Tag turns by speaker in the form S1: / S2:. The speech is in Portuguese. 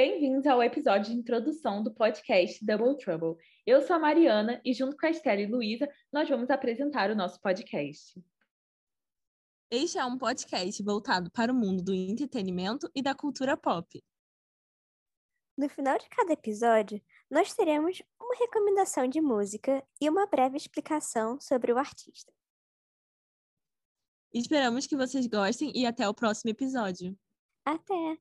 S1: Bem-vindos ao episódio de introdução do podcast Double Trouble. Eu sou a Mariana e, junto com a Estela e Luísa, nós vamos apresentar o nosso podcast.
S2: Este é um podcast voltado para o mundo do entretenimento e da cultura pop.
S3: No final de cada episódio, nós teremos uma recomendação de música e uma breve explicação sobre o artista.
S2: Esperamos que vocês gostem e até o próximo episódio.
S3: Até!